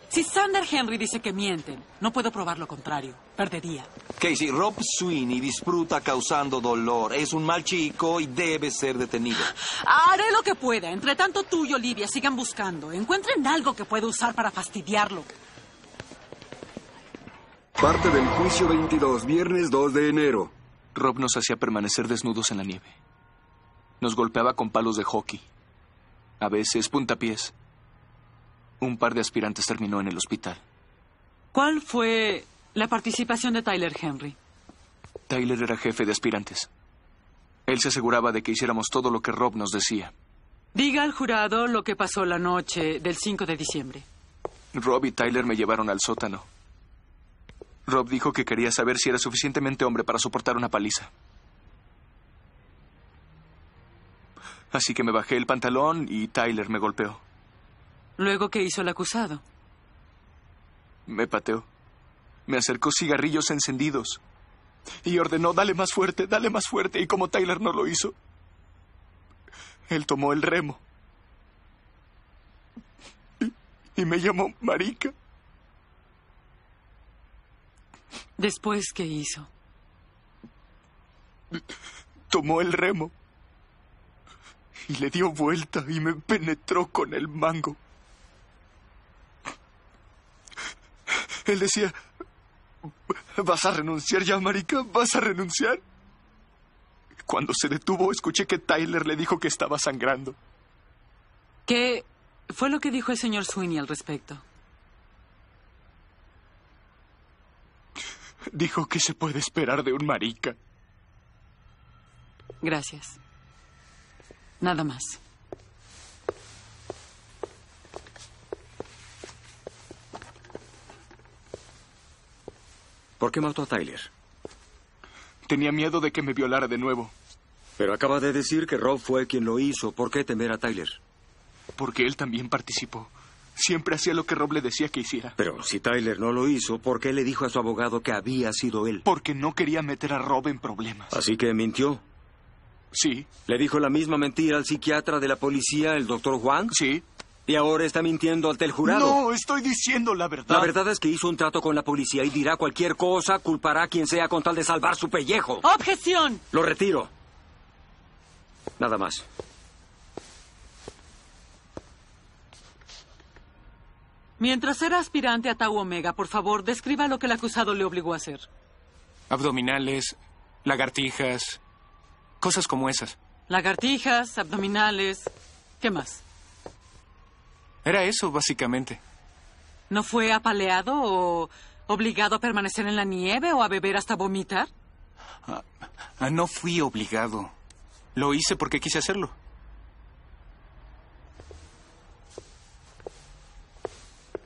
Speaker 24: Si Sander Henry dice que mienten, no puedo probar lo contrario. Perdería.
Speaker 6: Casey, Rob Sweeney disfruta causando dolor. Es un mal chico y debe ser detenido.
Speaker 24: Haré lo que pueda. Entre tanto, tú y Olivia sigan buscando. Encuentren algo que pueda usar para fastidiarlo.
Speaker 1: Parte del juicio 22, viernes 2 de enero.
Speaker 22: Rob nos hacía permanecer desnudos en la nieve. Nos golpeaba con palos de hockey. A veces puntapiés. Un par de aspirantes terminó en el hospital.
Speaker 24: ¿Cuál fue la participación de Tyler Henry?
Speaker 22: Tyler era jefe de aspirantes. Él se aseguraba de que hiciéramos todo lo que Rob nos decía.
Speaker 24: Diga al jurado lo que pasó la noche del 5 de diciembre.
Speaker 22: Rob y Tyler me llevaron al sótano. Rob dijo que quería saber si era suficientemente hombre para soportar una paliza. Así que me bajé el pantalón y Tyler me golpeó.
Speaker 24: Luego, ¿qué hizo el acusado?
Speaker 22: Me pateó. Me acercó cigarrillos encendidos. Y ordenó, dale más fuerte, dale más fuerte. Y como Tyler no lo hizo, él tomó el remo. Y, y me llamó Marica.
Speaker 24: Después, ¿qué hizo?
Speaker 22: Tomó el remo. Y le dio vuelta y me penetró con el mango. Él decía, ¿vas a renunciar ya, marica? ¿Vas a renunciar? Cuando se detuvo, escuché que Tyler le dijo que estaba sangrando.
Speaker 24: ¿Qué fue lo que dijo el señor Sweeney al respecto?
Speaker 22: Dijo que se puede esperar de un marica.
Speaker 24: Gracias. Nada más.
Speaker 5: ¿Por qué mató a Tyler?
Speaker 22: Tenía miedo de que me violara de nuevo.
Speaker 5: Pero acaba de decir que Rob fue quien lo hizo. ¿Por qué temer a Tyler?
Speaker 22: Porque él también participó. Siempre hacía lo que Rob le decía que hiciera.
Speaker 5: Pero si Tyler no lo hizo, ¿por qué le dijo a su abogado que había sido él?
Speaker 22: Porque no quería meter a Rob en problemas.
Speaker 5: Así que mintió.
Speaker 22: Sí.
Speaker 5: ¿Le dijo la misma mentira al psiquiatra de la policía, el doctor Juan?
Speaker 22: Sí.
Speaker 5: Y ahora está mintiendo ante el jurado.
Speaker 22: No, estoy diciendo la verdad.
Speaker 5: La verdad es que hizo un trato con la policía y dirá cualquier cosa, culpará a quien sea con tal de salvar su pellejo.
Speaker 22: Ah.
Speaker 24: ¡Objeción!
Speaker 5: Lo retiro. Nada más.
Speaker 24: Mientras era aspirante a Tau Omega, por favor, describa lo que el acusado le obligó a hacer.
Speaker 18: Abdominales, lagartijas, cosas como esas.
Speaker 24: Lagartijas, abdominales. ¿Qué más?
Speaker 18: Era eso, básicamente.
Speaker 24: ¿No fue apaleado o obligado a permanecer en la nieve o a beber hasta vomitar?
Speaker 18: Ah, ah, no fui obligado. Lo hice porque quise hacerlo.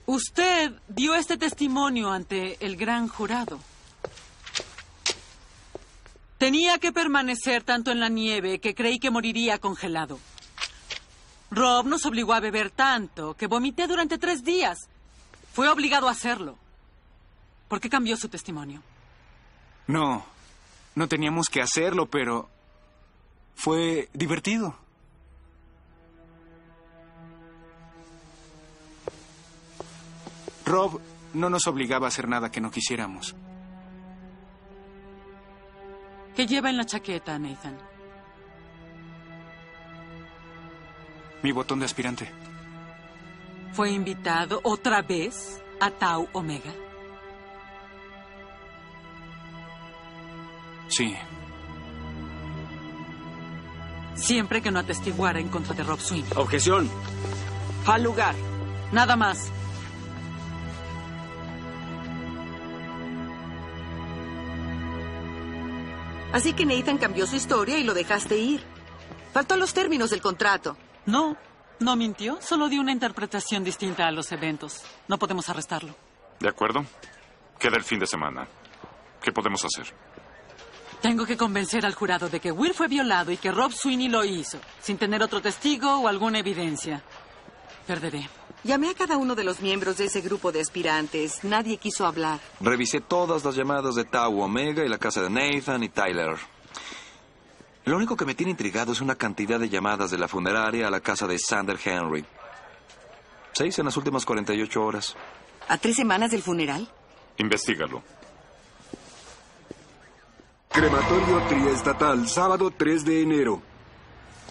Speaker 24: Usted dio este testimonio ante el gran jurado. Tenía que permanecer tanto en la nieve que creí que moriría congelado. Rob nos obligó a beber tanto que vomité durante tres días. Fue obligado a hacerlo. ¿Por qué cambió su testimonio?
Speaker 18: No, no teníamos que hacerlo, pero fue divertido. Rob no nos obligaba a hacer nada que no quisiéramos.
Speaker 24: ¿Qué lleva en la chaqueta, Nathan?
Speaker 18: Mi botón de aspirante.
Speaker 24: ¿Fue invitado otra vez a Tau Omega?
Speaker 18: Sí.
Speaker 24: Siempre que no atestiguara en contra de Rob Sweeney.
Speaker 5: Objeción.
Speaker 7: Al lugar.
Speaker 24: Nada más.
Speaker 7: Así que Nathan cambió su historia y lo dejaste ir. Faltó a los términos del contrato.
Speaker 24: No, No mintió, solo dio una interpretación distinta a los eventos. No podemos arrestarlo.
Speaker 11: ¿De acuerdo? Queda el fin de semana. ¿Qué podemos hacer?
Speaker 24: Tengo que convencer al jurado de que Will fue violado y que Rob Sweeney lo hizo, sin tener otro testigo o alguna evidencia. Perderé.
Speaker 29: Llamé a cada uno de los miembros de ese grupo de aspirantes. Nadie quiso hablar.
Speaker 6: Revisé todas las llamadas de Tau Omega y la casa de Nathan y Tyler. Lo único que me tiene intrigado es una cantidad de llamadas de la funeraria a la casa de Sander Henry. Seis en las últimas 48 horas.
Speaker 29: ¿A tres semanas del funeral?
Speaker 11: Investígalo.
Speaker 1: Crematorio Triestatal, sábado 3 de enero.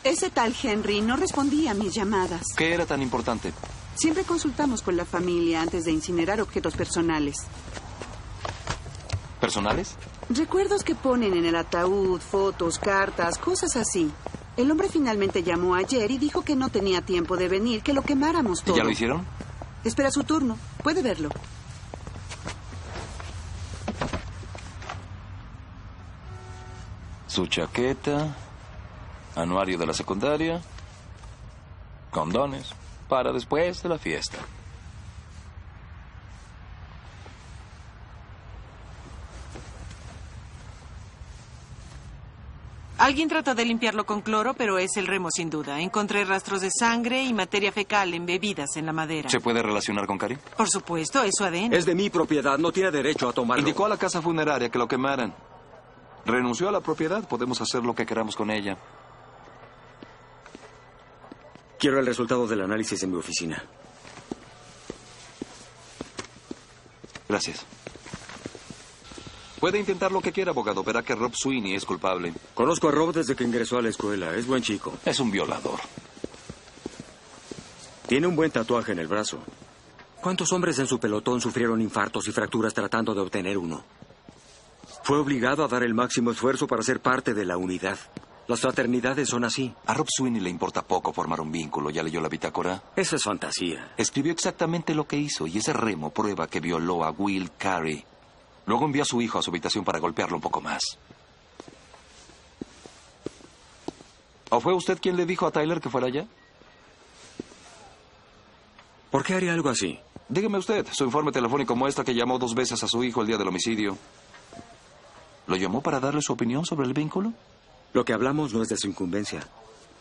Speaker 7: Ese tal Henry no respondía a mis llamadas.
Speaker 6: ¿Qué era tan importante?
Speaker 7: Siempre consultamos con la familia antes de incinerar objetos personales.
Speaker 6: ¿Personales?
Speaker 7: Recuerdos que ponen en el ataúd, fotos, cartas, cosas así. El hombre finalmente llamó ayer y dijo que no tenía tiempo de venir, que lo quemáramos
Speaker 6: ¿Y
Speaker 7: todo.
Speaker 6: ya lo hicieron?
Speaker 7: Espera su turno. Puede verlo.
Speaker 6: Su chaqueta, anuario de la secundaria, condones, para después de la fiesta.
Speaker 30: Alguien trató de limpiarlo con cloro, pero es el remo sin duda. Encontré rastros de sangre y materia fecal embebidas en la madera.
Speaker 6: ¿Se puede relacionar con Cari?
Speaker 30: Por supuesto, es su ADN.
Speaker 5: Es de mi propiedad, no tiene derecho a tomarlo.
Speaker 6: Indicó a la casa funeraria que lo quemaran. Renunció a la propiedad, podemos hacer lo que queramos con ella.
Speaker 5: Quiero el resultado del análisis en mi oficina.
Speaker 6: Gracias. Puede intentar lo que quiera, abogado. Verá que Rob Sweeney es culpable.
Speaker 5: Conozco a Rob desde que ingresó a la escuela. Es buen chico.
Speaker 6: Es un violador.
Speaker 5: Tiene un buen tatuaje en el brazo. ¿Cuántos hombres en su pelotón sufrieron infartos y fracturas tratando de obtener uno? Fue obligado a dar el máximo esfuerzo para ser parte de la unidad. Las fraternidades son así.
Speaker 6: A Rob Sweeney le importa poco formar un vínculo. ¿Ya leyó la bitácora?
Speaker 5: Eso es fantasía.
Speaker 6: Escribió exactamente lo que hizo y ese remo prueba que violó a Will Carey. Luego envió a su hijo a su habitación para golpearlo un poco más. ¿O fue usted quien le dijo a Tyler que fuera allá?
Speaker 5: ¿Por qué haría algo así?
Speaker 6: Dígame usted, su informe telefónico muestra que llamó dos veces a su hijo el día del homicidio. ¿Lo llamó para darle su opinión sobre el vínculo?
Speaker 5: Lo que hablamos no es de su incumbencia.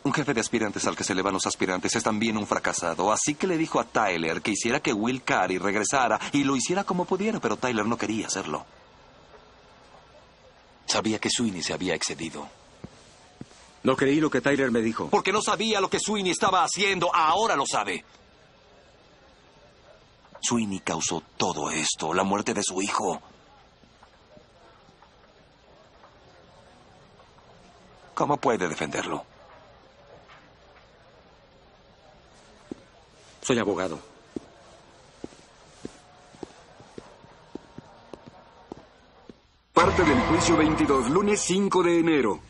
Speaker 6: Un jefe de aspirantes al que se le van los aspirantes es también un fracasado, así que le dijo a Tyler que hiciera que Will Carey regresara y lo hiciera como pudiera, pero Tyler no quería hacerlo. Sabía que Sweeney se había excedido.
Speaker 5: No creí lo que Tyler me dijo.
Speaker 6: Porque no sabía lo que Sweeney estaba haciendo, ahora lo sabe. Sweeney causó todo esto, la muerte de su hijo. ¿Cómo puede defenderlo?
Speaker 5: Soy abogado.
Speaker 1: Parte del juicio 22, lunes 5 de enero.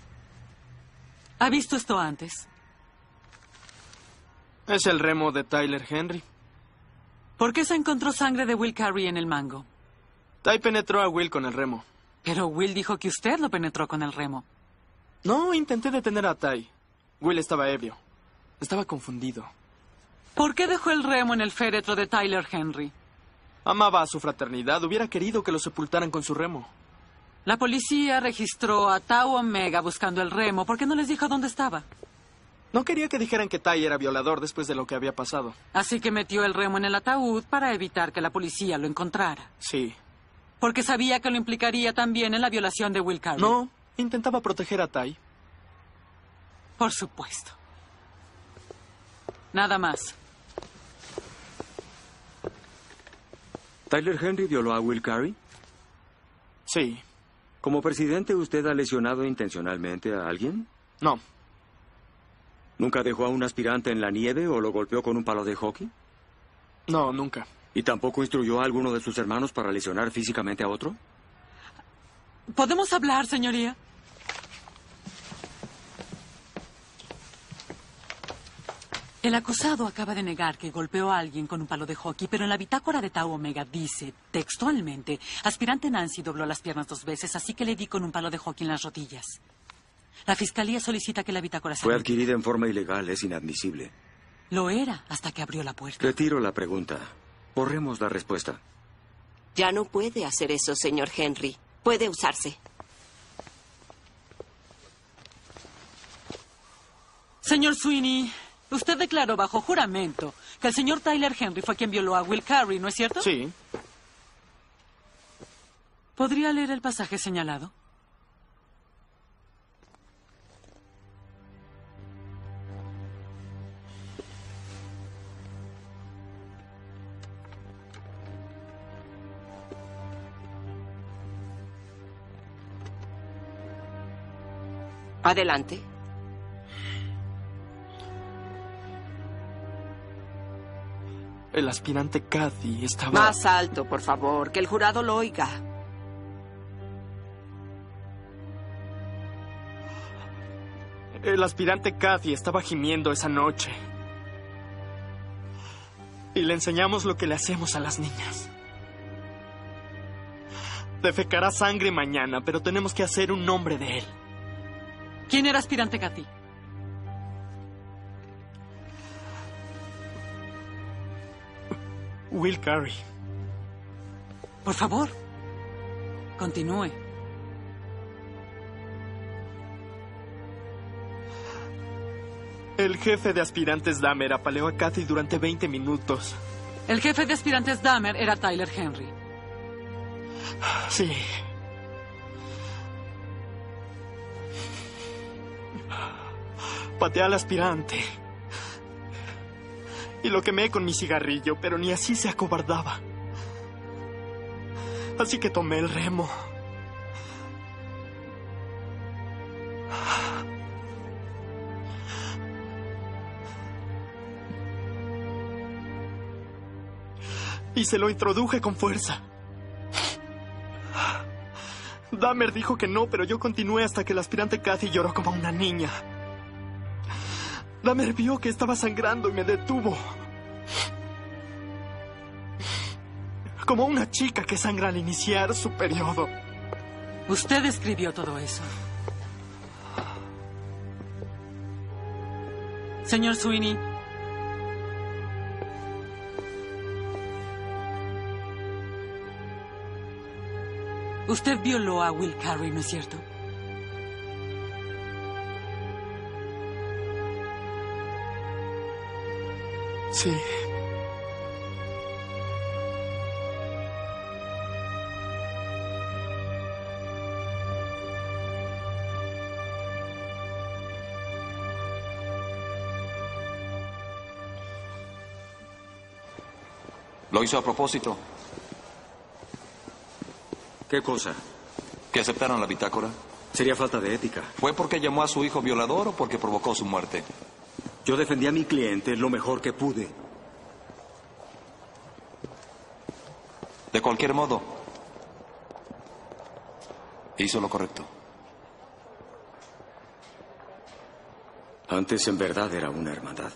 Speaker 24: ¿Ha visto esto antes?
Speaker 3: Es el remo de Tyler Henry.
Speaker 24: ¿Por qué se encontró sangre de Will Carey en el mango?
Speaker 3: Ty penetró a Will con el remo.
Speaker 24: Pero Will dijo que usted lo penetró con el remo.
Speaker 3: No, intenté detener a Ty. Will estaba ebrio. Estaba confundido.
Speaker 24: ¿Por qué dejó el remo en el féretro de Tyler Henry?
Speaker 3: Amaba a su fraternidad. Hubiera querido que lo sepultaran con su remo.
Speaker 24: La policía registró a Tau Omega buscando el remo. ¿Por qué no les dijo dónde estaba?
Speaker 3: No quería que dijeran que Ty era violador después de lo que había pasado.
Speaker 24: Así que metió el remo en el ataúd para evitar que la policía lo encontrara.
Speaker 3: Sí.
Speaker 24: Porque sabía que lo implicaría también en la violación de Will Carey.
Speaker 3: No, intentaba proteger a Ty.
Speaker 24: Por supuesto. Nada más.
Speaker 5: ¿Tyler Henry violó a Will Carey?
Speaker 3: Sí.
Speaker 5: ¿Como presidente usted ha lesionado intencionalmente a alguien?
Speaker 3: No.
Speaker 5: ¿Nunca dejó a un aspirante en la nieve o lo golpeó con un palo de hockey?
Speaker 3: No, nunca.
Speaker 5: ¿Y tampoco instruyó a alguno de sus hermanos para lesionar físicamente a otro?
Speaker 24: ¿Podemos hablar, señoría? El acusado acaba de negar que golpeó a alguien con un palo de hockey, pero en la bitácora de Tau Omega dice, textualmente, aspirante Nancy dobló las piernas dos veces, así que le di con un palo de hockey en las rodillas. La fiscalía solicita que la bitácora se...
Speaker 5: Fue adquirida en forma ilegal, es inadmisible.
Speaker 24: Lo era hasta que abrió la puerta.
Speaker 5: Retiro la pregunta. Borremos la respuesta.
Speaker 28: Ya no puede hacer eso, señor Henry. Puede usarse.
Speaker 24: Señor Sweeney, usted declaró bajo juramento que el señor Tyler Henry fue quien violó a Will Carey, ¿no es cierto?
Speaker 31: Sí.
Speaker 24: ¿Podría leer el pasaje señalado?
Speaker 28: Adelante.
Speaker 32: El aspirante Cathy estaba...
Speaker 28: Más alto, por favor, que el jurado lo oiga.
Speaker 3: El aspirante Cathy estaba gimiendo esa noche. Y le enseñamos lo que le hacemos a las niñas. Defecará sangre mañana, pero tenemos que hacer un nombre de él.
Speaker 24: ¿Quién era aspirante Cathy?
Speaker 3: Will Carey.
Speaker 24: Por favor, continúe.
Speaker 3: El jefe de aspirantes Dahmer apaleó a Kathy durante 20 minutos.
Speaker 24: El jefe de aspirantes Dahmer era Tyler Henry.
Speaker 3: Sí. Pateé al aspirante. Y lo quemé con mi cigarrillo, pero ni así se acobardaba. Así que tomé el remo. Y se lo introduje con fuerza. Dahmer dijo que no, pero yo continué hasta que el aspirante Cathy lloró como una niña. Dahmer vio que estaba sangrando y me detuvo. Como una chica que sangra al iniciar su periodo.
Speaker 24: Usted escribió todo eso. Señor Sweeney, usted violó a Will Carey, ¿no es cierto?
Speaker 3: Sí.
Speaker 6: Lo hizo a propósito.
Speaker 5: ¿Qué cosa?
Speaker 6: ¿Que aceptaron la bitácora?
Speaker 5: Sería falta de ética.
Speaker 6: ¿Fue porque llamó a su hijo violador o porque provocó su muerte?
Speaker 5: Yo defendí a mi cliente lo mejor que pude.
Speaker 6: De cualquier modo, hizo lo correcto.
Speaker 5: Antes en verdad era una hermandad.